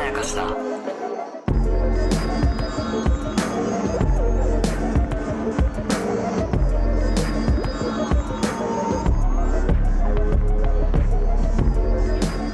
やかしだ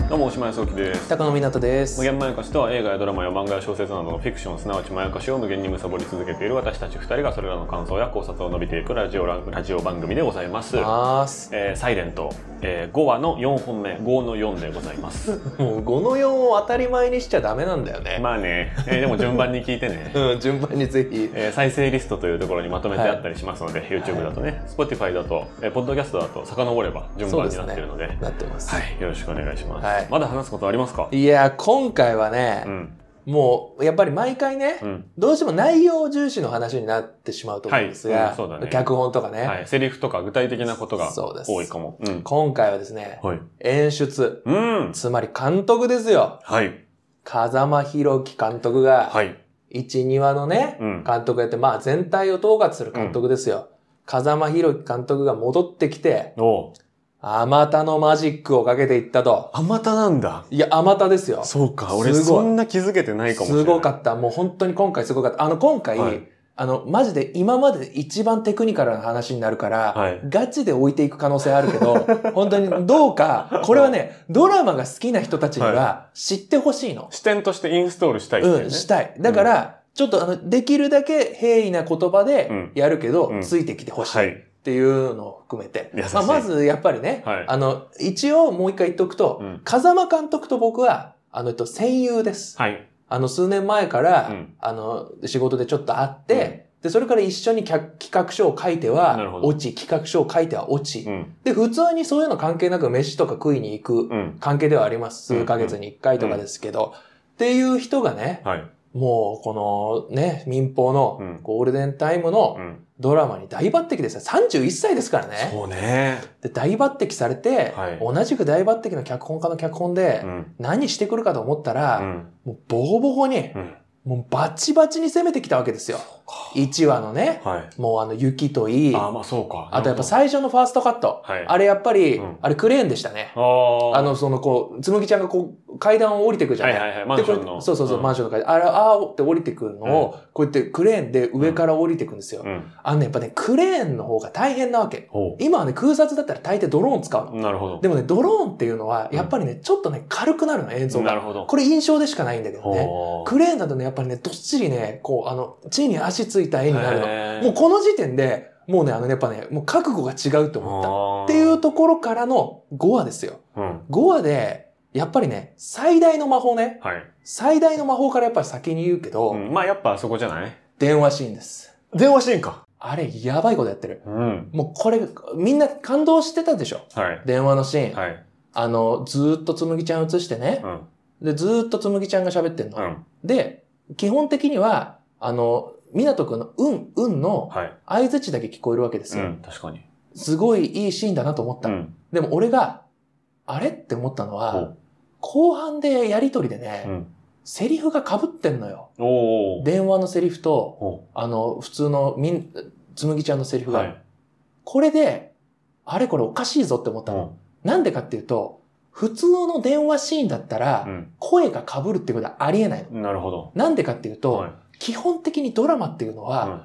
どうも、おしまいそうきです。高野湊です無。限まやかしとは映画やドラマや漫画や小説などのフィクション、すなわちまやかしを無限に貪り続けている私たち二人がそれらの感想や考察を述べていくラジオランラジオ番組でございます。ます。えーサイレント、えー、5話の4本目、5の4でございます。 もう5の4を当たり前にしちゃダメなんだよね。まあね、えーでも順番に聞いてね。うん、順番にぜひ。えー再生リストというところにまとめてあったりしますので、YouTube だとね、Spotify だと、えー、Podcast だと遡れば順番になってるので、なってます。はい、よろしくお願いします。はいまだ話すことありますかい、やー、今回はねう、ん。もうやっぱり毎回ね、うん。どうしても内容重視の話になってしまうと思うんですが、はいうんそうだね脚本とかね、はい、セリフとか具体的なことがそうです多いかも。うん。今回はですね、はい。演出、うん。つまり監督ですよ。はい。風間博樹監督が、はい。 1、2話のね、うん監督やって、まあ全体を統括する監督ですよ。風間博樹監督が戻ってきて、おう。あまたのマジックをかけていったと。あまたなんだ。いや、あまたですよ。そうか。俺、すごそいんな気づけてないかもしれなすい。ごかっった。もう本当に今回すごかった。あの、今回、はいあの、マジで今まで一番テクニカルな話になるから、はいガチで置いていく可能性あるけ ど、本当にどうか、これはね、ドラマが好きな人たちには知ってほしいの。視点としてインストールしたいっていうね。うん、したい。だから、ちょっとあの、できるだけ平易な言葉うんでやるけど、うんついてきてほしはいっい。ていうのを含めて。優しいまあ、まず、やっぱりね、はいあの、一応もう一回言っとくと、うん風間監督と僕は、あの、えっと、戦友です。はい。あの、数年前から、うんあの、仕事でちょっと会って、で、それから一緒に企画書を書いてなるはほ、ど落ち、企画書を書いては落ち、うん。で、普通にそういうの関係なく飯とか食いに行くうん。関係ではあります。うん数ヶ月に一回とかですけど、っていう人がね、はい。もう、このね、民放のうんゴールデンタイムうのん。ドラマに大抜擢ですね。31歳ですからね。そうね。で、大抜擢されて、はい同じく大抜擢の脚本家の脚本で、うん。何してくるかと思ったうら、ん。もうボコボコに、うん。もうバチバチに攻めてきたわけですよ。1話のね、はい。もうあの雪といい、あー、あまあそうか。とやっぱ最初のファーストカット。はいあれやっぱり、うんあれクレーンでしたね。あーあの、そのこう、つむぎちゃんがこう、階段を降りてくじゃはないいはいはい。マンでショこれンの。そうそうそう、んマンションの階で、あら、あーって降りてくるのを、こうやってクレーンで上から降りてくんですよ。うん。あのね、やっぱね、クレーンの方が大変なわけ。ほ今はね、空撮だったら大抵ドローン使うの。う。なるほど。でもね、ドローンっていうのは、やっぱりね、ちょっとね、軽くなるの、映像なが。るほど。これ印象でしかないんだけどね。ほクレーンだとね、やっぱりね、どっしりね、こう、あの、地に足ついた絵う。になるの。もうこの時点で、もうね、あのね、やっぱね、もう覚悟が違うと思った。思っていう。ところからの5話ですよ。うん。 5話で、やっぱりね、最大の魔法ね、はい。最大の魔法からやっぱり先に言うけど、うんまあやっぱそこじゃない電話シーンです。電話シーンか。あれ、やばいことやってる。うん。もうこれ、みんな感動してたでしょはい。電話のシーン。はい。あの、ずーっとつむぎちゃん映してねう。ん。で、ずーっとつむぎちゃんが喋ってんの。うん。で、基本的には、あの、港くんのうん、うんのはい。相づちだけ聞こえるわけですうよ。ん。確かに。すごいいいシーンだなと思った。うん。でも俺が、あれって思ったのほはう、後半でやりとりでね、うん。セリフが被ってんのよ。おお。電話のセリフと、ほあの、普通のみん、つむぎちゃんのセリう。フが。はい。これで、あれこれおかしいぞって思ったの。なんでかっていうと、普通の電話シーンだったら、うん。声が被るってことはありえないの。なるほど。なんでかっていうと、はい。基本的にドラマっていうのは、うん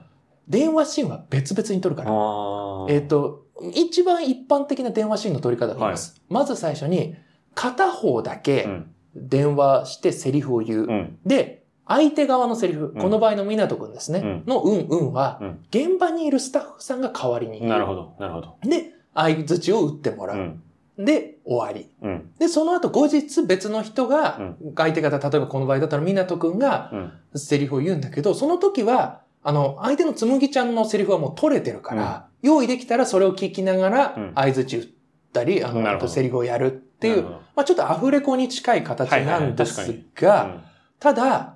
電話シーンは別々に撮るから。あーえっ、と、一番一般的な電話シーンの撮り方があります。まず最初に、片方だうけん。電話してセリフを言う。うん。で、相手側のセリフ、うんこの場合の湊くんですね、うんのうんうんは、うん現場にいるスタッフさんが代わりに言うなるほど。なるほど。で、相づちを打ってもらうう。ん。で、終わり。うん。で、その後後日別の人が、相手方、例えばこの場合だったら湊くんがうん。セリフを言うんだけど、その時は、あの、相手のつむぎちゃんのセリフはもう取れてるから、用意できたらそれを聞きながらうん、相づち打ったり、あなるほの、どセリフをやるっていなるう、ほど。まあちょっとアフレコに近い形はいはいなはいんですうが、んただ、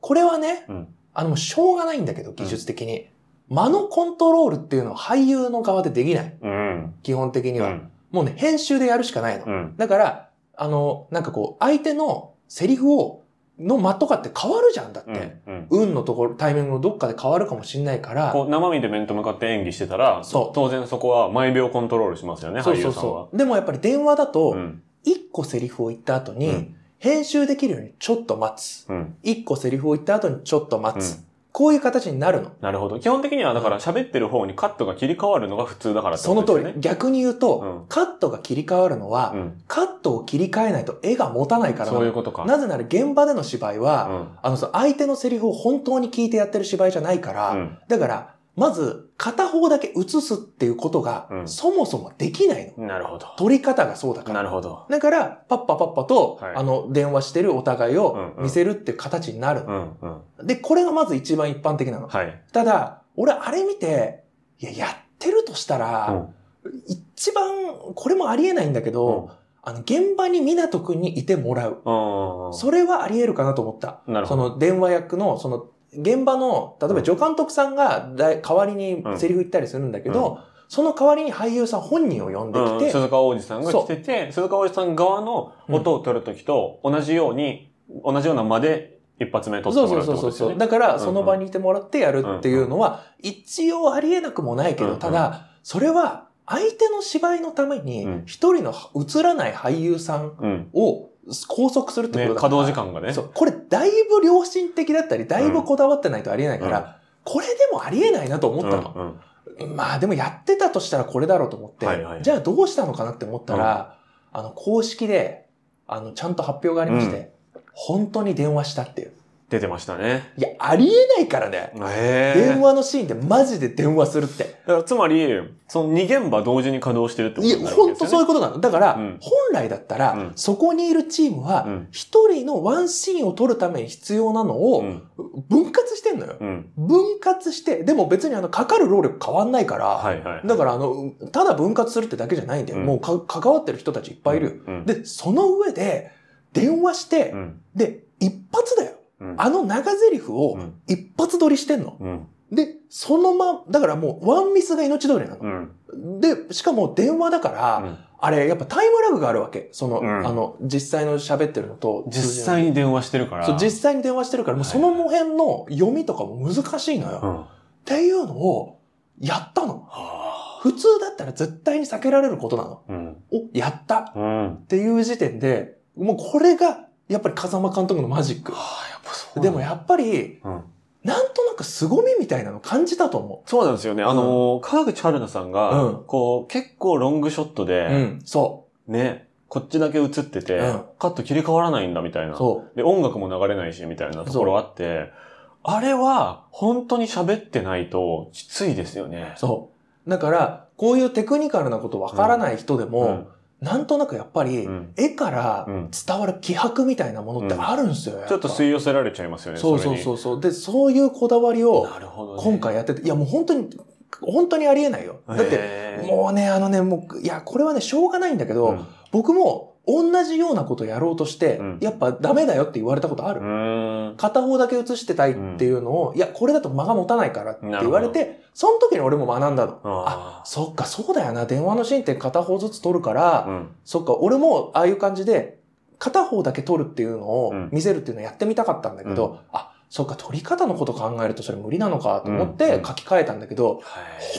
これはねうん、あの、しょうがないんだけど、技術的に。間のコントロールっていうのは俳優の側でできない。うん。基本的にうは。ん。もうね、編集でやるしかないの。うん。だから、あの、なんかこう、相手のセリフを、の間とかって変わるじゃん、だっうんて。うん。運のところ、タイミングのどっかで変わるかもしれないから、こう生身で面と向かって演技してたら、そう当然そこは毎秒コントロールしますよね、そ俳うそ優うさんは。そう。でもやっぱり電話だとう、ん一個セリフを言った後うに、ん編集できるようにちょっと待つ。うん。一個セリフを言った後にちょっと待つ。うこういう形になるの。なるほど。基本的には、だから喋ってる方にカットが切り替わるのが普通だからってそこのと通ですより。ね。逆に言うと、うんカットが切り替わるのは、うん。カットを切り替えないと絵が持たないからなそういうの。ことか。なぜなら現場での芝居は、うん。あのさ、相手のセリフを本当に聞いてやってる芝居じゃないから、うんだから、まず片方だけ映すっていうことが、うんそもそもできないの。なるほど。撮り方がそうだから。なるほど。だから、パッパパッパと、はいあの、電話してるお互いをうんうん見せるっていう形になるの、うん、うん。で、これがまず一番一般的なの。はい。ただ、俺あれ見て、いや、やってるとしたうら、ん一番、これもありえないんだけど、あの、現場に湊くんにいてもらう。うん。うん。それはあり得るかなと思った。なるそほど。の電話役の、その、現場の、例えばうん助監督さんがだい代わりにセリフ言ったりするんだけど、その代わりに俳優さん本人を呼んでうん、きて、鈴鹿王子さんが来てて、鈴鹿王子さん側の音を取るときと同じように、同じような間で一発目取ってそうもらうってそうそこうそとうですよそね。う。だから、うんその場にいてもらってやるっていうのは、一応ありえなくもないけうんど、うんただ、それは相手の芝居のためにうん、一人の映らない俳優さんうん。を拘束するってね、ことだ稼か働ら時間がね。そう。これ、だいぶ良心的だったり、だいぶこだわってないとありえないから、うんこれでもありえないなと思ったの。うんうんまあでもやってたとしたらこれだろうと思って、はいはいじゃあどうしたのかなって思ったら、あの、公式で、あの、ちゃんと発表がありまして、本当に電話したっていう。出てましたね。いや、ありえないからね。へ電話のシーンでマジで電話するって。だからつまり、その2現場同時に稼働してるってこといにや、なるわほけんですとよね。そういうことなの。だから、うん本来だったら、うんそこにいるチームうは、ん一人のワンシーンを撮るために必要なのうをん分割してんのよ。うん。分割して、でも別にあの、かかる労力変わんないから、はいはい。だからあの、ただ分割するってだけじゃないんだよ。うんもうか関わってる人たちいっぱいいるよ。うん。で、その上で、電話して、うん、で、一発だよ。うん。あの長台詞うをん一発撮りしてんの。うん。で、そのま、だからもうワンミスが命取りなうの。ん。で、しかも電話だから、うんあれ、やっぱタイムラグがあるわけ。その、うんあの、実際の喋ってるのと。実際に電話してるから。そう、実際に電話してるから、もうその辺の読みとかも難しいのよ。うん。っていうのを、やったの。は普通だったら絶対に避けられることなの。あうん。お、やったっうん。ていう時点で、もうこれが、やっぱり風間監督のマジック。あ、やっぱそでも、やっぱり、うんなんとなく凄みみたいなの感じたと思そうなんですよね。あのー、川口春奈さんが、うんこう、結構ロングショットう。で、ん。そね、こっちだけ映ってて、うんカット切り替わらないんだみたいなう。。そで、音楽も流れないし、みたいなところあって、あれは、本当に喋ってないと、きついですよねう。。そう。だから、こういうテクニカルなことわからない人でも、なんとなくやっぱり、うん絵からうん伝わる気迫みたいなものってあるんですよ。やぱちょっと吸い寄せられちゃいますよね、そうそうそうそう。で、そういうこだわりそれをに。なるほど、ね。今回やってて、いやもう本当に、本当にありえないよ。だって、へー、もうね、あのね、もう、いや、これはね、しょうがないんだけど、うん僕も同じようなことやろうとして、うんやっぱダメだよって言われたことある。うーん。片方だけ映してたいっていうのを、いや、これだと間が持たないからって言われて、その時に俺も学んだの。あ、あそっか、そうだよな。電話のシーンって片方ずつ撮るから、ーうん。そっか、俺もああいう感じで、片方だけ撮るっていうのをうん見せるっていうのをやってみたかったんだけうど、あ、そっか、撮り方のこと考えるとそれ無理なのかと思っうてん書き換えたんだけど、は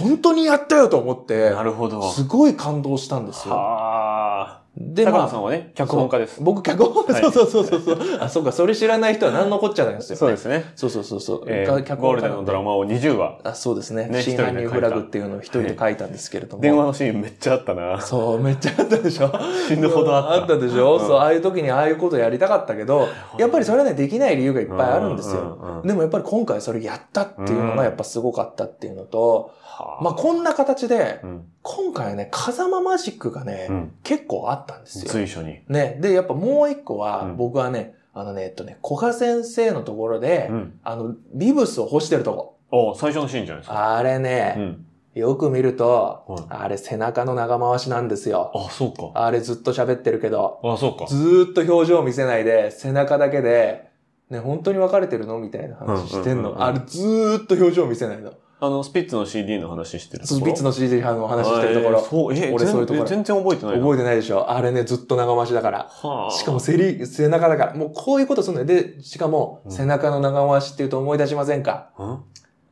本当にやったよと思っい。て、なるほど。すごい感動したんですよ。はあ。で、高ま野さあ、んはね、脚本家です。僕脚本、はいそうそうそうそうそう。あ、そうか、それ知らない人は何のこっちゃないんですよ、ね。そうですね。そうそうそうそう。えがー、脚ゴール本家デンなんのでドラマを20話。あそうですね。ね真一人犯で人書いたフラグっていうのを一人で書いたんですけれども。電話のシーンめっちゃあったな。 そう、めっちゃあったでしょ死ぬほどあった。あったでしょ、うんそう、ああいう時にああいうことやりたかったけど、やっぱりそれはね、できない理由がいっぱいあるんですよ。ううんうんでもやっぱり今回それやったっていうのがやっぱすごかったっていうのと、はまあこんな形で、うん今回はね、風間マジックがね、うん結構あったんですよ。随所に。ね、で、やっぱもう一個は、うん僕はね、あのね、えっとね、古賀先生のところで、うん。あの、ビブスを干してるとこ。お最初のシーンじゃないですか。あれうね、ん。よく見ると、はいあれ背中の長回しなんですよ。あ、そうか。あれずっと喋ってるけど、あ、そうか。ずーっと表情見せないで、背中だけで、ね、本当に別れてるのみたいな話してんの。うんうんうんうんあれずーっと表情見せないの。あの、スピッツの CD の話してるとこスろ。ピッツのの CD の話してるところ。そう、え、俺全そういうところえ全然覚えてないな。覚えてないでしょあれね、ずっと長回しだから。はあ。しかも、セリ、背中だから。もうこういうことするのよ。で、しかも、うん背中の長回しっていうと思い出しませんか、うん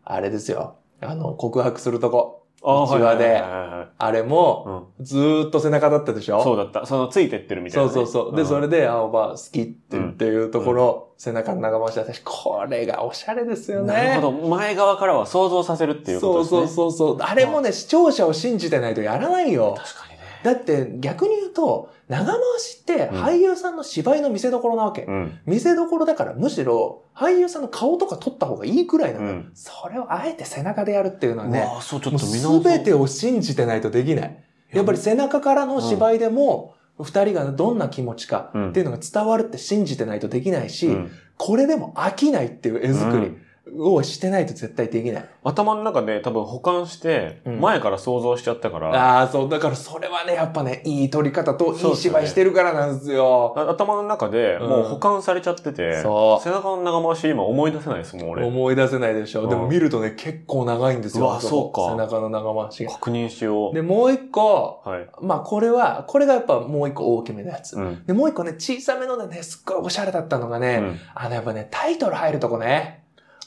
あれですよ。あの、告白するとこ。あー内輪ではいはいはいはいあれも、うずーっと背中だったでしょん、そうだった。そのついてってるみたいそな、うね。そうそう。で、んそれで、あ、おばあ好きって言っていうところ、背中の長回しで私、これがおしゃれですよね。なるほど。前側からは想像させるっていうこそとうですね。そうそうそう。あれもね、視聴者を信じてないとやらないよ。確かにね。だって逆に言うと、長回しってうん俳優さんの芝居の見せどころなわけ。うん。見せどころだからむしろ俳優さんの顔とか撮った方がいいくらいなうのよ。ん。それをあえて背中でやるっていうのはうね、わあ、そう、ちょっもとう見直そう。全てを信じてないとできない。やっぱり、背中からの芝居でも、二人がどんな気持ちかうん、っていうのが伝わるって信じてないとできないし、うんこれでも飽きないっていう絵作うりんをしてないと絶対できない。頭の中で多分保管して、うん前から想像しちゃったから、ああ、そう、だからそれはね、やっぱね、いい撮り方とそういでいすよね芝居してるからなんですよ。あ頭の中でもう保管されちゃってて、そう。背中の長回し今思い出せないですもん、俺。思い出せないでしょ。でもうん見るとね、結構長いんですよ。うわあこそうか背中の長回しが。確認しよう。で、もう一個、はい。まあこれは、これがやっぱもう一個大きめのやつ。うん。で、もう一個ね、小さめのでね、すっごいおしゃれだったのがね、うんあのやっぱね、タイトル入るとこね。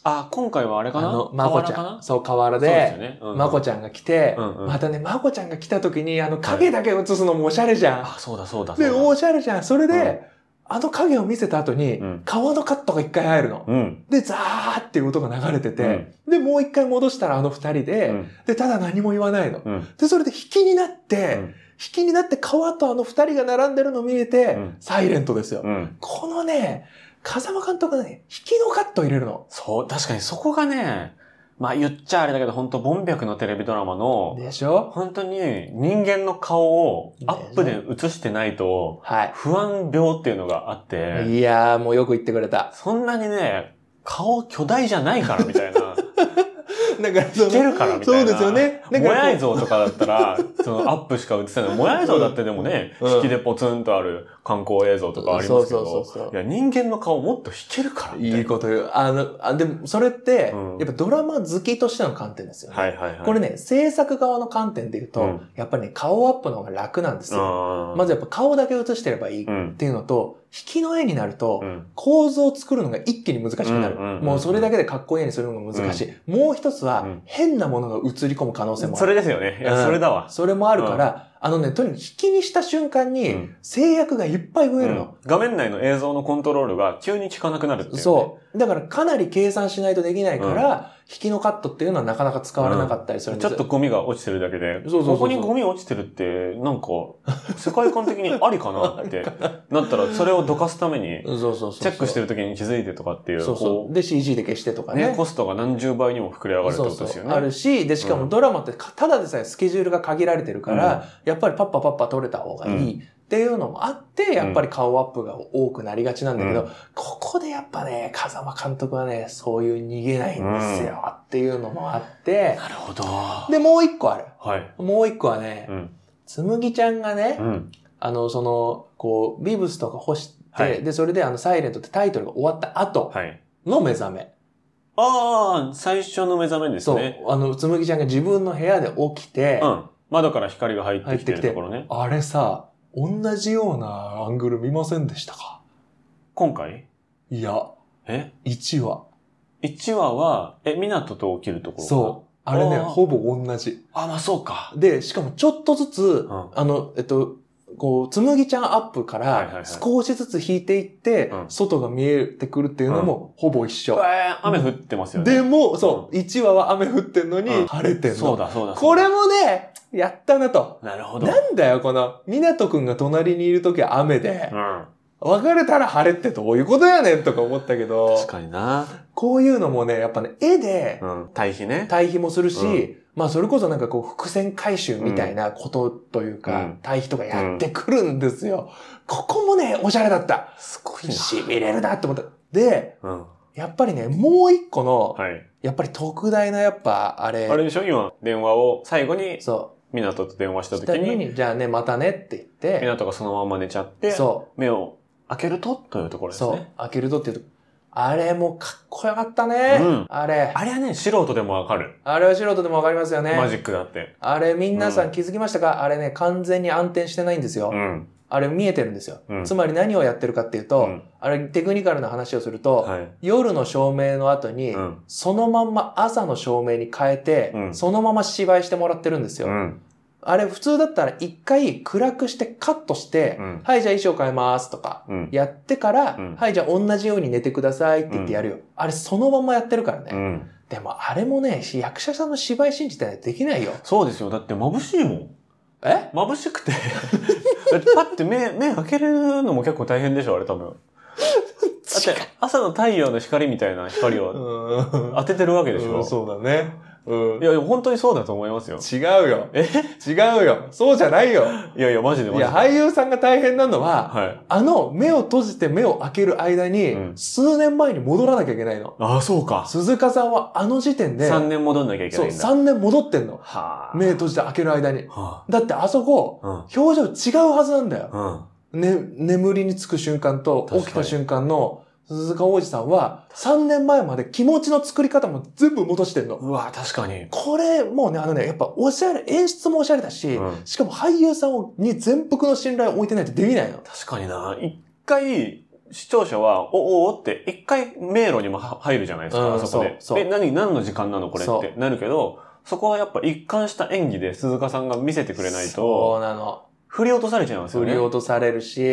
あ、今回はあれかあなの、まこ河原ちかゃ。なんそう、河原そうですよで、ね。まこちちゃんが来て、うんうんまたね、まこちゃんが来た時に、あの影だけ映すのもおしゃれじゃん。あ、そうだそうだそうで、だ。おしゃれじゃん。それで、うんあの影を見せた後に、うん顔のカットが一回入るの。うん。で、ザーっていう音が流れてて、で、もう一回戻したらあの二人で、うん。で、ただ何も言わないの。うん。で、それで引きになって、うん引きになって川とあの二人が並んでるの見えて、うんサイレントですよ。うん。このね、風間監督がね、引きのカットを入れるの。そう、確かにそこがね、まあ言っちゃあれだけど、本当ボンビャクのテレビドラマの、でしょ本当に人間の顔をアップで映してないと、は不安病っていうのがあってい。、いやー、もうよく言ってくれた。そんなにね、顔巨大じゃないからみたいな。だから、 そいけるからみたいな。そうですよね。だからもやい像とかだった ら、そのアップしか映ってない。もやい像だってでもね、うん引きでポツンとある観光映像とかありますけど。そうそうそうそういや、人間の顔もっと引けるからみたいな。いいこと言う。あの、あでも、それって、うんやっぱドラマ好きとしての観点ですよね。はいはいはい。これね、制作側の観点で言うと、うんやっぱりね、顔アップの方が楽なんですよ。あー、まずやっぱ顔だけ映してればいいっうん、ていうのと、引きの絵になると、うん。構図を作るのが一気に難しくなる。うんうんうんもうそれだけでかっこいいようにするのが難しい。もう一つは、うん変なものが映り込む可能性もある。それですよね。いや、うんそれだわ。それもあるから、あのね、とにかく引きにした瞬間うにん制約がいっぱい増えるの。うん画面内の映像のコントロールが急に効かなくなるっていう、ね。そう。だからかなり計算しないとできないから、引きのカットっていうのはなかなか使われなかったりするんちでょすっとゴミが落ちてるだけで、そうそうそうそうここにゴミ落ちてるって、なんか、世界観的にありかな ってなったら、それをどかすために、そうそうそうそう。チェックしてる。る時に気づいてとかっていう、そうこそうう。で、CG で消してとかね。ね、コストが何十倍にも膨れ上がるってことですよね。あるし、で、しかうもんドラマってか、ただでさえスケジュールが限られてるから、やっぱりパッパパッパ撮れた方がいいっていうのもあって、やっぱり顔アップが多くなりがちなんだけど、うんここでやっぱね、風間監督はね、そういう逃げないんですよっていうのもあって、なるほど。で、もう一個ある。はい。もう一個はねう、ん。つむぎちゃんがね、うん。あの、その、こう、ビブスとか干して、はいで、それであの、サイレントってタイトルが終わった後はい。の目覚め。ああ、最初の目覚めですそうね。。あの、つむぎちゃんが自分の部屋で起きて、うん。窓から光が入ってきてるところね。あれさ、同じようなアングル見ませんでしたか今回いや、え1話。 ?1 話は、え、港と起きるところそう。あれね、あーほぼ同じう。。あ、まあそうか。で、しかもちょっとずつ、んあの、えっと、こう、つむぎちゃんアップかはいはいはらい少しずつ引いていって、うん外が見えてくるっていうのもほぼ一緒。えー雨降ってますよね。でも、そう、1話は雨降ってんのに、うん晴れてんの。そうだそうだ。これも。もね、やったなと。なるほど。なんだよ、この、港くんが隣にいるときは雨でう、ん。別れたら晴れってどういうことやねんとか思ったけど、確かにな。こういうのもね、やっぱね、絵でうん。対比ね。対比もするし、うんまあそれこそなんかこう伏線回収みたいなことというか、うん対比とかやってくるんですよ。ここもね、おしゃれだった。すごい痺れるなって思った。で、な。うん。やっぱりね、もう一個の、はい。やっぱり特大なやっぱ、あれ、あれでしょ今、電話を最後にそう、港と電話したした時時に、に、じゃあね、またねって言っ港がそのまま寝ちゃってて、、そ目を開けるとというところう、ですそうね。、開けるとっていうと、あれもかっこよかったね。うんあれ。あれはね、素人でもわかる。あれは素人でもわかりますよね。マジックだって。あれ、皆さうんん気づきましたか、あれね、完全に暗転してないんですよ。うん。あれ見えてるんですよ。うんつまり何をやってるかっていうと、あれテクニカルな話をすると、はい。夜の照明の後に、うん。そのまんま朝の照明に変えて、うんそのまま芝居してもらってるんですよ。うん。あれ普通だったら一回暗くしてカットして、うんはいじゃあ衣装変えますとか、うん。やってから、うんはいじゃあ同じように寝てくださいって言ってやるよ。あれそのまんまやってるからね。うん。でもあれもね、役者さんの芝居信じてないとできないよ。そうですよ。だって眩しいもん。え眩しくて。 だってパッて目、目開けるのも結構大変でしょ、あれ多 分。だって朝の太陽の光みたいな光うをん。当ててるわけでしうょ。んそうだね。うんい。や、本当にそうだと思いますよ。違うよ。え違うよ。そうじゃないよ。いやいや、マジでマいジで。や、俳優さんが大変なのは、はい。あの、目を閉じて目を開ける間に、うん数年前に戻らなきゃいけないの。ああ、そうか。鈴鹿さんはあの時点で、 3年戻んなきゃいけそなう、いんだ。 3年戻ってんの。はあ。目閉じて開ける間に。はだってあそこ、あ。表情違うはずなんだよ。うん。うん。ね、眠りにつく瞬間と確か起にきた瞬間の鈴鹿王子さんは、3年前まで気持ちの作り方も全部戻してんの。うわ、確かに。これ、もうね、あのね、やっぱおしゃれ、演出もおしゃれだし、うんしかも俳優さんをに全幅の信頼を置いてないとできないの。確かにな。一回、視聴者は、おおおって、一回迷路にもは入るじゃないですか、うんあそこで。そうそうえ、何、何の時間なのこれそってなるけど、そこはやっぱ一貫した演技で鈴鹿さんが見せてくれないそと、うなの。振り落とされちゃいますよ振ね。り落とされるし、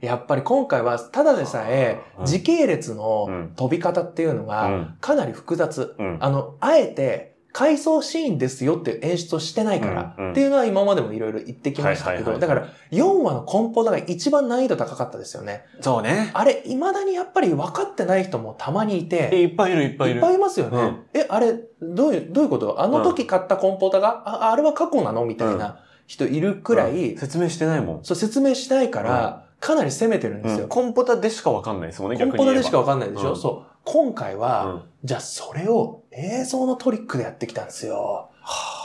やっぱり今回はただでさえうん時系列うのん飛び方っていうのうがん。かなり複雑。うん。あの、あえて回想シーンですよっていう演出をしてないからうんうんっていうのは今までもいろいろ言ってきましたけはいはいはど、いだから4話の根本だから一番難易度高かったですよね。そうね。あれ、未だにやっぱり分かってない人もたまにいえて、いっぱいいる、いっぱいいいっる。ぱいいますようねん。え、あれ、どういう、どういうことあの時買ったコンポータが、ああれは過去なのみたいな人いるくらいうん、説明してないもん。そう説明しないから、かなり攻めてるんですうよ。ん、コンポタでしかわかんないですもんね、コンポタでしかわわかんないでしょ、うんそう。今回は、うんじゃあそれを映像のトリックでやってきたんですよ。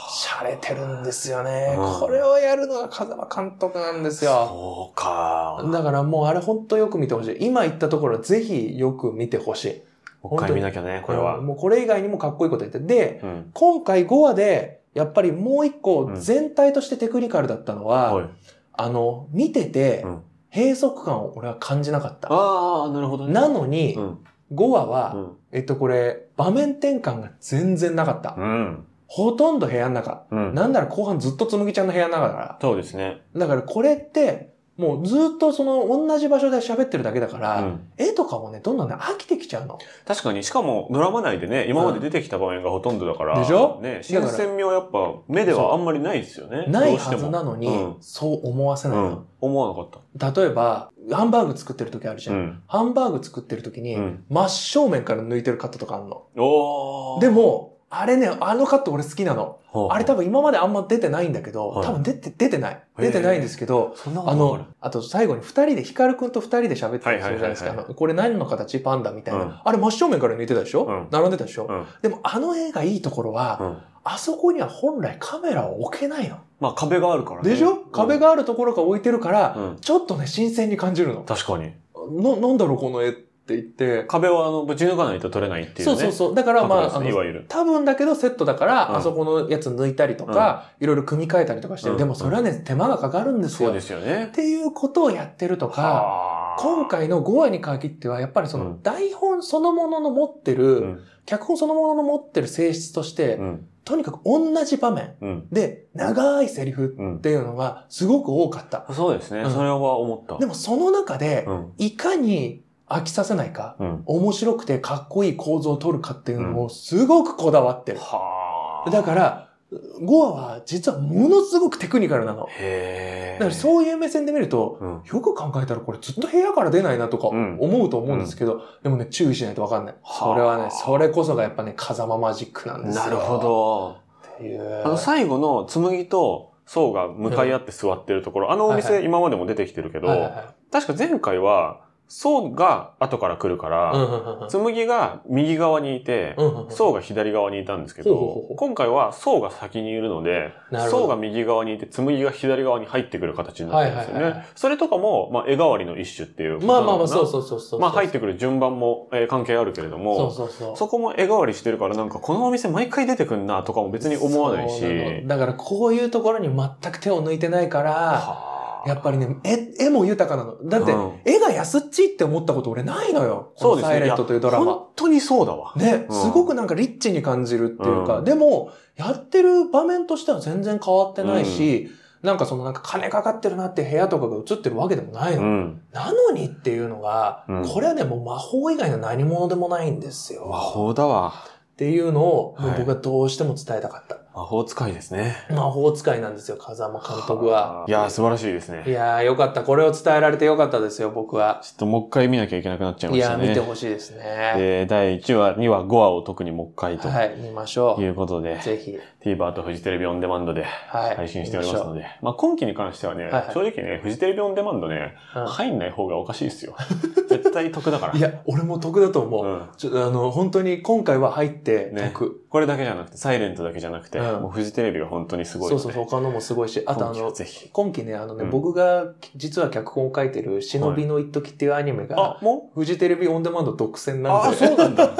洒落てるんですよね。うんこれをやるのが風間監督なんですよ。そうか。だからもうあれ本当よく見てほしい。今言ったところぜひよく見てほしい。もう一回見なきゃね、これうはん。もうこれ以外にもかっこいいこと言って。で、うん。今回5話で、やっぱりもう一個うん全体としてテクニカルだったのは、はい。あの、見ててうん、閉塞感を俺は感じなかった。ああ、なるほどね。なのにう、ん。 5話は、うん。えっとこれ、場面転換が全然なかった。うん。ほとんど部屋の中。うん。なんなら後半ずっとつむぎちゃんの部屋の中だかそうですね。ら。だからこれって、もうずっとその同じ場所で喋ってるだけだかうら、ん。絵とかもね、どんどんね、飽きてきちゃうの。確かに、しかもドラマ内でね、今まで出てきた場面がほとんどだから。でしょね、だ新から鮮味はやっぱ目ではあんまりないですよね。ないどうしてはもずなのに、うんそう思わせうないんの。。思わなかっ例えば、ハンバーグ作ってる時あるじた。ゃ。うんん。ハンバーグ作ってる時に、うん。真正面から抜いてるカットとかあんの。おーで、も、あれね、あのカット俺好きなの。ほうあれ多分今まであんま出てないんだけど、はい多分出て、出てない。出てないんですけど、そんなこあとあるの、あと最後に二人で、ヒカルくんと二人で喋ってたりするじゃないですはいはいはか。いはいあのこれ何の形パンダみたいな。うんあれ真正面から抜いてたでしょ、うん並んでたでしょ、うんでもあの絵がいいところは、うん。あそこには本来カメラを置けないの。まあ壁があるからね。でしょ壁が。があるところから置いてるから、うん。ちょっとね、新鮮に感じるの。確かに。な、なんだろう、この絵って言って。壁はあの、ぶち抜かないと取れないっていうそね。うそうう。そう。だからまあ、あいの、わゆる。多分だけどセットだから、うんあそこのやつ抜いたりとか、いろいろ組み替えたりとかしてる。うんでもそれはね、手間がかかるんですそうよ。ですよねっ。ていうことをやってるとか、はあ今、回の5話に限っては、やっぱりそうのん台本そのものの持ってる、うん。脚本そのものの持ってる性質として、うん。とにかく同じ場面うん。で長いセリフうんっていうのがすごく多かった。そうですね。うんそれは思った。でもその中で、うん。いかに飽きさせないか、うん。面白くてかっこいい構造を取るかっていうのをすごくこだわってる。はあ。だから、5話は実はものすごくテクニカルなの。へえ。だからそういう目線で見ると、うん。よく考えたらこれずっと部屋から出ないなとかうん思うと思うんですけど、でもね、注意しないとわかんない。はそあれはね、それこそがやっぱね、風間マジックなんですよ。なるほ。ど。っていう。あの最後の紬と層が向かい合って座ってるところ、あのおはいは店今までも出てきてるけど、はいはいはい確か前回は層が後から来るかうら、んうんうんうん紬が右側にいて、うんうんうん層が左側にいたんですけほうほうほうほどう、今回は層が先にいるので、なるほど層が右側にいて、紬が左側に入ってくる形になってるんですよね。はいはいはいそれとかも、まあ、絵代わりの一種っていうことまなあのかな。まあまあ、そうそうそうそう。まあ、入ってくる順番も、えー関係あるけれども、そうそうそう。そこも絵代わりしてるから、なんかこのお店毎回出てくんなとかも別に思わないし。そうなのだからこういうところに全く手を抜いてないから、ははあやっぱりね、絵、絵も豊かなの。だって、うん絵が安っちいって思ったこと俺ないのよ。こそうのですサね。イレントというドラいやマ。本当にそうだわ。ね、うんすごくなんかリッチに感じるっていうか、うんでも、やってる場面としては全然変わってないし、なんかそのなんか金かかってるなって部屋とかが映ってるわけでもないの。うん。なのにっていうのが、うんこれはね、もう魔法以外の何物でもないんですよ。魔法だわ。っていうのを、はいもう僕はどうしても伝えたかった。魔法使いですね。魔法使いなんですよ、風間監督は。いやー、素晴らしいですね。いやー、よかった。これを伝えられてよかったですよ、僕は。ちょっともう一回見なきゃいけなくなっちゃいいましたやね。ー、見てほしいですね。で、第1話、2話、5話を特にもう一回とはい、見ましょいうことで、う。ぜひ。 TVer とフジテレビオンデマンドではい。配信しておりますので。で、まあ今期に関してはね、はいはい正直ね、フジテレビオンデマンドね、うん入んない方がおかしい ですよ。絶対得だから。いや、俺も得だと思う。うんちょあの、本当に今回は入ってね得。これだけじゃなくて、サイレントだけじゃなくて、うんもうフジテレビが本当にすごいそのうで。そうそう、他のもすごいし、あとあ今期はの、ぜひ。今期ね、あのね、うん僕が実は脚本を書いてる、忍びの一時っていうアニメが、、もフジテレビオンデマンド独占うなんで、うなんだ。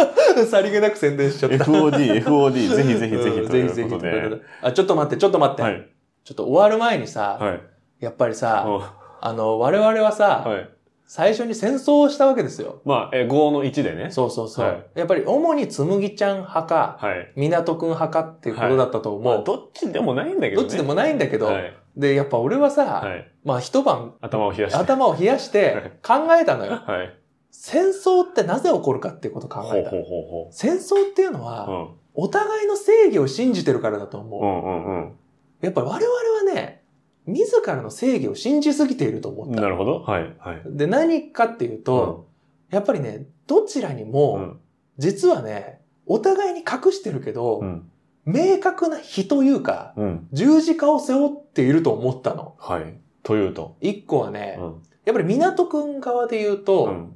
さりげなく宣伝しちゃった。 FOD、FOD、ぜひぜひぜうひんといぜうひぜひこととで。いうことであ、ちょっと待って、ちょっと待って。はい。ちょっと終わる前にさ、はい。やっぱりさ、おあの、我々はさ、はい。最初に戦争をしたわけですよ。まあ、えー、5の1でね。そうそうそう。はいやっぱり主につむぎちゃん派か、はい。港くん派かっていうことだったと思う。まあ、どっちでもないんだけどね。どっちでもないんだけど、はい。で、やっぱ俺はさ、はい。まあ一晩頭を冷やして。頭を冷やして考えたのよ。はい。戦争ってなぜ起こるかっていうことを考ほうえほた。うほうほう。戦争っていうのは、お互いの正義を信じてるからだと思う。うんうんうんやっぱり我々はね、自らの正義を信じすぎているとう思ん。った。なるほど。はい。はい。で、何かっていうと、やっぱりね、どちらにも、うん実はね、お互いに隠してるけど、うん。明確な非というか、うん。十字架を背負っていると思ったの。はい。というと。一個はね、うん。やっぱり港くん側で言ううと、ん。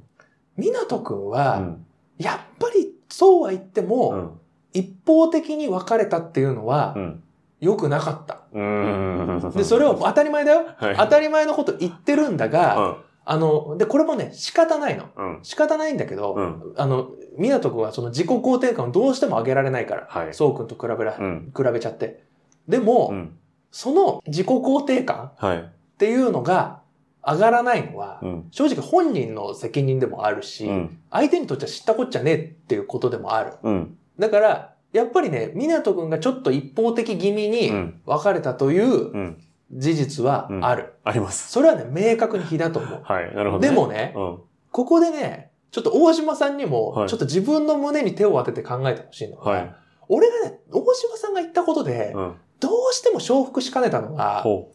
港くんうは、んやっぱりそうは言ってうも、ん。一方的に別れたっていうのはう、ん。良くなかった。うん。で、それを、当たり前だよ。はい。当たり前のこと言ってるんだが、うんあの、で、これもね、仕方ないの。うん。仕方ないんだけど、うん。あの、港君はその自己肯定感をどうしても上げられないから、はい。そうくんと比べら、うん。比べちゃって。でも、うん。その自己肯定感はい。っていうのが上がらないのは、うん。正直本人の責任でもあるし、うん。相手にとっては知ったこっちゃねえっていうことでもある。うん。だから、やっぱりね、港君がちょっと一方的気味うにん。別れたといううん。事実はある。あります。それはね、明確に非だと思う。はい。なるほど。で、もね、うん。ここでね、ちょっと大島さんにもは、いちょっと自分の胸に手を当てて考えてほしいのが、はい。俺がね、大島さんが言ったことで、うん。どうしても承服しかねたのが、ほ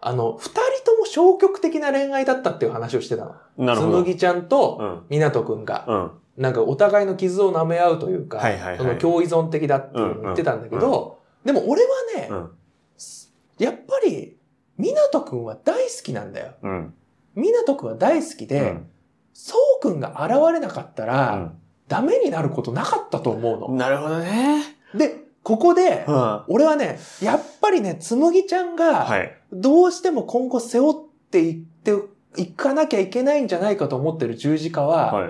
あの、二人とも消極的な恋愛だったっていう話をしてたの。う。なるほつむど。ぎちゃんと、うん。みなとくんが、うん。なんかお互いの傷を舐め合うというか、はいはいはいその共依存的だっていうのを言ってたんだけど、でも俺はね、うんやっぱり、みなとくんは大好きなんだよ。うん。みなとくんは大好きうで、んそうくんが現れなかったら、ダメになることなかったと思ううの。ん。なるほどね。で、ここでう、ん。は俺はね、やっぱりね、つむぎちゃんが、い。どうしても今後背負っていって、いかなきゃいけないんじゃないかと思ってる十字架は、は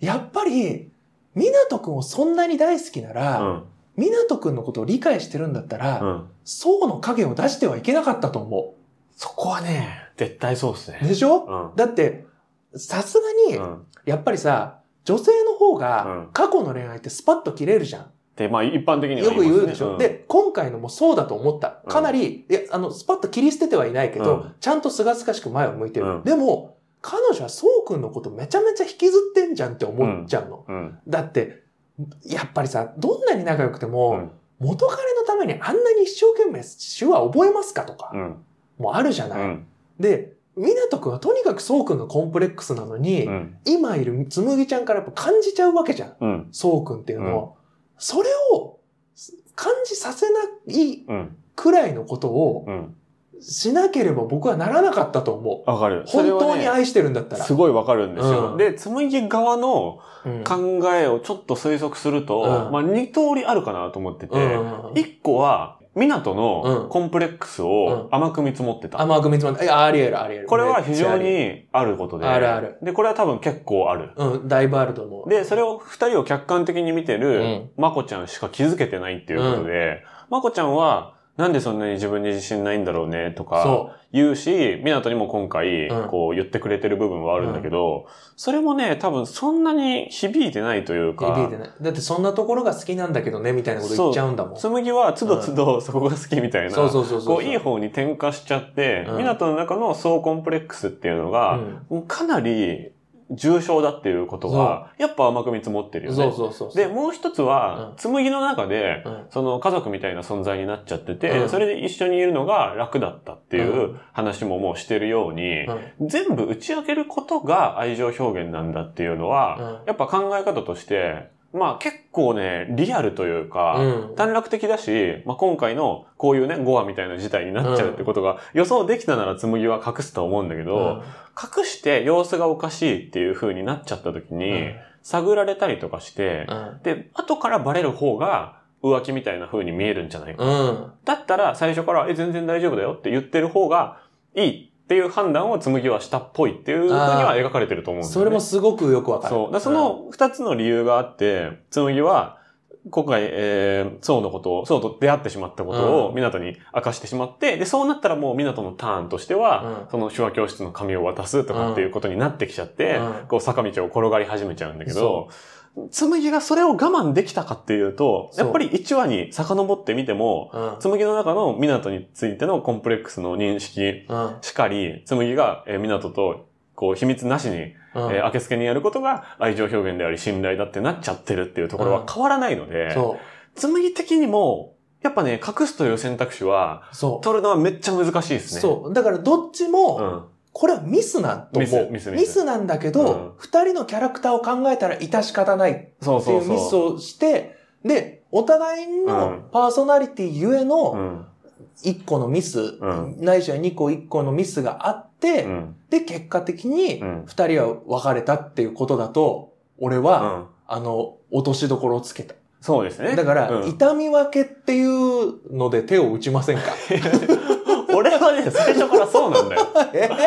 い。やっぱり、みなとくんをそんなに大好きなうら、ん。みなとくんのことを理解してるんだったうら、ん。そうの影を出してはいけなかったと思そこはね、絶対そうですねう。。でしょうん。だって、さすがにう、ん。やっぱりさ、女性の方うんが過去の恋愛ってスパッと切れるじゃん。で、まあ一般的にはよくい言ますねうでしょ、んで、今回のもそうだと思った。うんかなり、いや、あの、スパッと切り捨ててはいないけど、うんちゃんとすがすがしく前を向いてる。うんでも、彼女はそうくんのことめちゃめちゃ引きずってんじゃんって思っちゃうの。うん。だって、やっぱりさ、どんなに仲良くても、うん元彼のためにあんなに一生懸命手話覚えますかとかう、ん。もうあるじゃうない。ん。で、みなとくんはとにかくそうくんがコンプレックスなのに、うん。今いるつむぎちゃんからやっぱ感じちゃうわけじゃん。うん。そうくんっていうのを、それをす感じさせないうん。くらいのことをうん。しなければ僕はならなかったと思う。わかる。本当にそれはね愛してるんだったら。すごいわかるんですうよ。んで、つむぎ側のうん考えをちょっと推測するとう、んまあ二通りあるかなと思ってうんて、一個は、港うのんコンプレックスを甘く見積もってた。甘く見つまんない。いやありえるありえる。これは非常めっちにあることで。あるあるで、これは多分結構ある。ゃありえる。うん、だいぶあると思う。で、それを二人を客観的に見てうるん、まこちゃんしか気づけてないっていうことで、まこちゃんは、なんでそんなに自分に自信ないんだろうねとかそ言うし、港にも今回うんこう言ってくれてる部分はあるんだけど、それもね、多分そんなに響いてないというう。響いかて、ない。だってそんなところが好きなんだけどね、みたいなこと言っちゃうんだもん。つそむぎは都度都度そこが好きみたいな、うそうそうそう。こういい方に転化しちゃって、うん港の中の総コンプレックスっていうのうが、んかなり重症だっていうことは、やっぱ甘く見積もってるよね。そうそうそう。で、、もう一つは、うんつむぎの中で、うん。その家族みたいな存在になっちゃってて、うんそれで一緒にいるのが楽だったっていうう話ももうしてるようにう、ん。全部打ち明けることが愛情表現なんだっていうのは、やっぱ考え方として、まあ結構ね、リアルというか、うん。短絡的だし、まあ、今回のこういうね、5話みたいな事態になっちゃうってことが予想できたなら紬は隠すと思うんだけうど、ん隠して様子がおかしいっていう風になっちゃった時に、探られたりとかして、うん。で、後からバレる方が浮気みたいな風に見えるんじゃないか。うん。だったら最初から、え、全然大丈夫だよって言ってる方がいいっていう判断を紬はしたっぽいっていう風には描かれてると思うんだよね。それもすごくよくわかる。そう。だからその二つの理由があって、つむぎは、今回、えー、そうのことを、そうと出会ってしまったことを、うんみなとに明かしてしまって、で、そうなったらもうみなとのターンとしては、うんその手話教室の紙を渡すとかっていうことになってきちゃって、うんこう坂道を転がり始めちゃうんだけどそ、つむぎがそれを我慢できたかっていうと、そうやっぱり1話に遡ってみても、うん、うん。つむぎの中のみなとについてのコンプレックスの認識うん。しかり、つむぎが、えー、みなとと、こう、秘密なしにえー、明けすけにやることが愛情表現であり信頼だってなっちゃってるっていうところは変わらないので、そ紬的にも、やっぱね、隠すという選択肢は、う。そう。取るのはめっちゃ難しいですね。そう。だからどっちうも、ん。これはミスなんと思う。ミスミスミスミスなんだけど、二、人のキャラクターを考えたら致し方ないっそうてそいううミスそう。をして、で、お互いのパーソナリティゆえうのん。一個のミス、うんないしは二個一個のミスがあって、うん。で、結果的にうん。二人は別れたっていうことだと、俺は、うんあの、落としどころをつけた。そうですね。だから、うん 痛み分けっていうので手を打ちませんか俺はね、最初からそうなんだよ。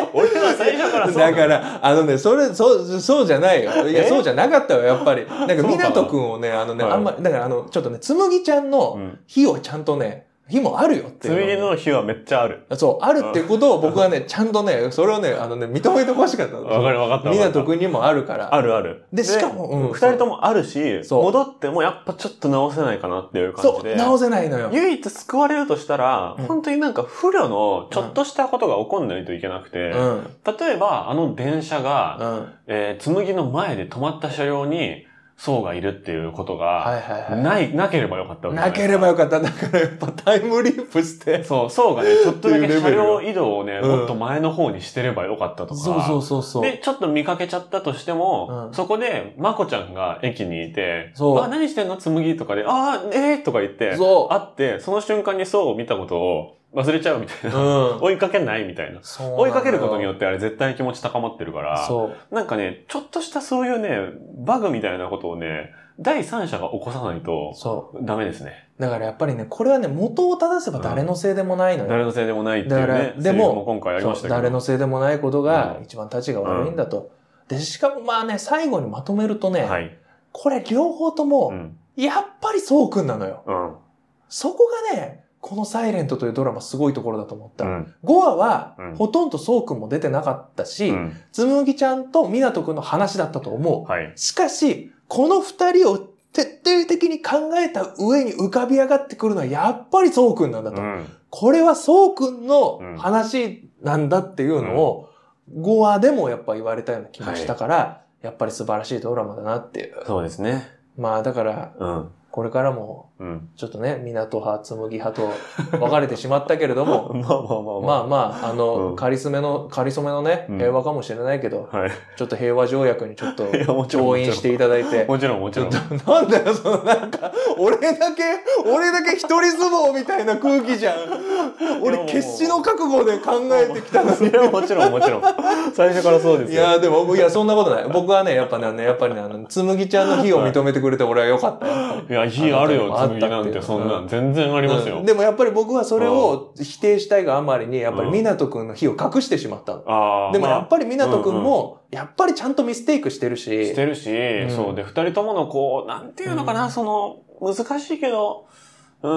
俺は最初からそうなだんだかよ。ら、あのね、それ、そう、そうじゃないよ。いや、えそうじゃなかったよ、やっぱり。なんそか、うかな港くんをね、あのね、はいあんまり、だから、あの、ちょっとね、つむぎちゃんのうん。火をちゃんとね、火もあるよっていうをね紬の日はめっちゃある。そう、あるっていうことを僕はね、ちゃんとね、それをね、あのね、認めてほしかったの。わかるわかったわかった。港くんにもあるから。あるある。で、しかも、うん二人ともあるし、そう戻ってもやっぱちょっと直せないかなっていう感そじう、で。直せないのよ。唯一救われるとしたら、うん本当になんか不慮のちょっとしたことが起こんないといけなくて、うん。うん。例えばあの電車が、えー、紬の前で止まった車両に、層がいるっていうことはいが、はいはい。ない、なければよかったわけじゃないですければよかった。だからやっぱタイムリープして。そう、層 がね、ちょっとだってけいう車レベルよ両移動をね、うんもっと前の方にしてればよかったとか。そうそうそうそう。で、ちょっと見かけちゃったとしても、うんそこで、まこちゃんが駅にいて、そうあ、何してんの紬とかで、あー、えーとか言って、そあって、その瞬間に層を見たことを忘れちゃうみたいなう。。うん。追いかけないみたいな。そう追いかけることによっってあれ絶対気持ち高まってるから、そう。なんかね、ちょっとしたそういうね、バグみたいなことをね、第三者が起こさないとそダメですね。う。だからやっぱりね、これはね、元を正せば誰のせいでもないのよ。誰のせいでもないっていうだからね、でもセリフも今回ありましそたけうど。誰のせいでもないことがうん一番立ちが悪いんだと。で、しかもまあね、最後にまとめるとね、はい。これ両方とうも、ん。やっぱりそうくんなのよ。うん。そこがね、このサイレントというドラマすごいところだと思っうた。ん。 5話はうん、ほとんどそうくんも出てなかったしう、んつむぎちゃんとみなとくんの話だったと思う。はい。しかし、この二人を徹底的に考えた上に浮かび上がってくるのはやっぱりそうくんなんだうと。ん。これはそうくんのうん話なんだっていうのを、5話でもやっぱ言われたような気がしたから、やっぱり素晴らしいドラマだなっていう。そうですね。まあだから、うん。これからも、うん。ちょっとね、港派、紬派と分かれてしまったけれどまあ も、まあまあまあままあ、あの、うんかりそめの、かりそめのね、うん平和かもしれないけど、あ。はい。ちょっと平和条約にちょっと、いや、もちろん。調印していただいて、もちろん、もちちょろん。っもちろんと、なんだよ、そのなんか、俺だけ、俺だけ一人相撲みたいな空気じゃん。いやも俺、う決死の覚悟で考えてきたの いや、もちろん、もちろん。最初からそうでに。すいよ。やーでも、いや、そんなことない。僕はね、やっぱね、あのやっぱりね、あの、つむぎちゃんの非を認めてくれて俺は良かったよ。やっぱりいや、火あるよ、あなた紬にもなんあったっていて、うそんなん、全然ありますうよん。でもやっぱり僕はそれを否定したいがあまりに、やっぱりうん湊くんの非を隠してしまったの。ああ。でもまやあっぱり湊くんも、やっぱりちゃんとミステイクしてるしし、てるし、んそうで、二人とものこう、なんていうのかな、うんその、難しいけど、うー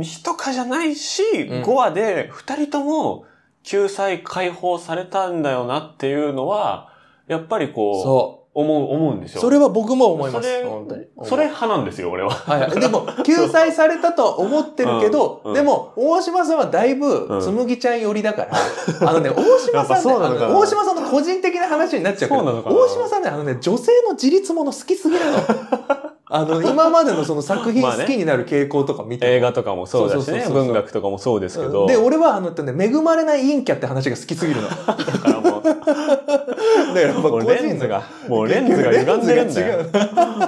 ん、1かじゃないし、ん5話で2人とも救済解放されたんだよなっていうのは、やっぱりこう、そ思う、思うんですう。よ。それは僕も思います。それ本当に。それ派なんですよ、俺は。はい、 でも、救済されたとは思ってるけど、うんうんでも、大島さんはだいぶう、んつむぎちゃん寄りだから、あのね、 大島さんねやっぱそうなあのかなの、大島さんの個人的な話になっちゃうけそうなどの、かな大島さんね、あのね、女性の自立もの好きす ぎなの。あの、今までのその作品まあね好きになる傾向とか見て。映画とかもそうだしそうそうね、そうそう文学とかもそうですけうど。んで、俺はあの、えっとね、恵まれない陰キャって話が好きすぎるの。だ だかからもう、らやっぱも個う人レンズが、もうレンズが歪んでるんだレよン。ズが違うう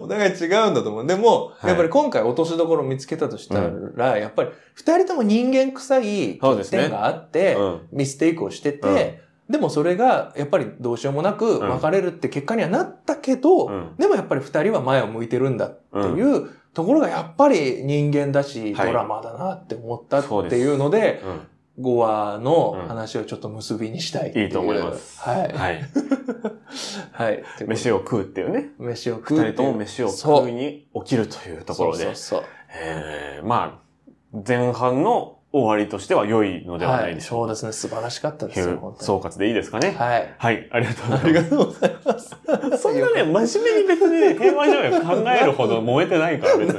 んお互い違うんだと思う。でも、はいやっぱり今回落としどころを見つけたとしたら、やっぱり二人とも人間臭いそうで欠すね点があって、うんミステイクをしてて、でもそれがやっぱりどうしようもなくうん別れるって結果にはなったけど、うんでもやっぱり二人は前を向いてるんだっていうところがやっぱり人間だし、はいドラマだなって思ったそうっですていうので、うん5話の話をちょっと結びにしたいってういいと思いますはい。 はい。はい。飯をを。食うっていうね。飯を食う二ってい人う。とも飯をそう食いに起きるというところそうでそうそうえーまあ、前半の終わりとしては良いのではないでしょうはい、そうですね。素晴らしかったか。でとすいよ、う本当総に。括でいいですかね。はい。はい、ありがとうごあざいりまがす。とうございます。そんなね、真面目に別にね平和条約考えるほど燃えてないから、別に。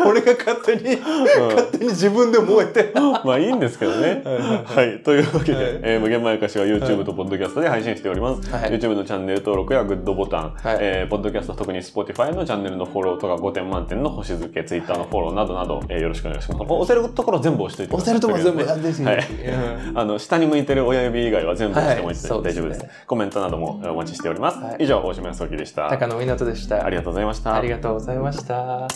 俺が勝手に、勝手に自分で燃えて。 まあいいんですけどね。はいはい。というわけで、はいえー無限前かしは YouTube と Podcast で配信しております。はい YouTube のチャンネル登録やグッドボタン、はいえー、Podcast 特に Spotify のチャンネルのフォローとか5点満点の星付け、Twitter のフォローなどなど、えーよろしくお願いします。押せるところ全部押していてくだ押させい。るとこ全部、とりああえずぜひはぜいひ。うんあの、下に向いてる親指以外は全部押してもらってはい大丈夫です。そうですコメントなどもお待ちしております。はい以上、大島康之でした。高野湊斗でした。ありがとうございました。ありがとうございました。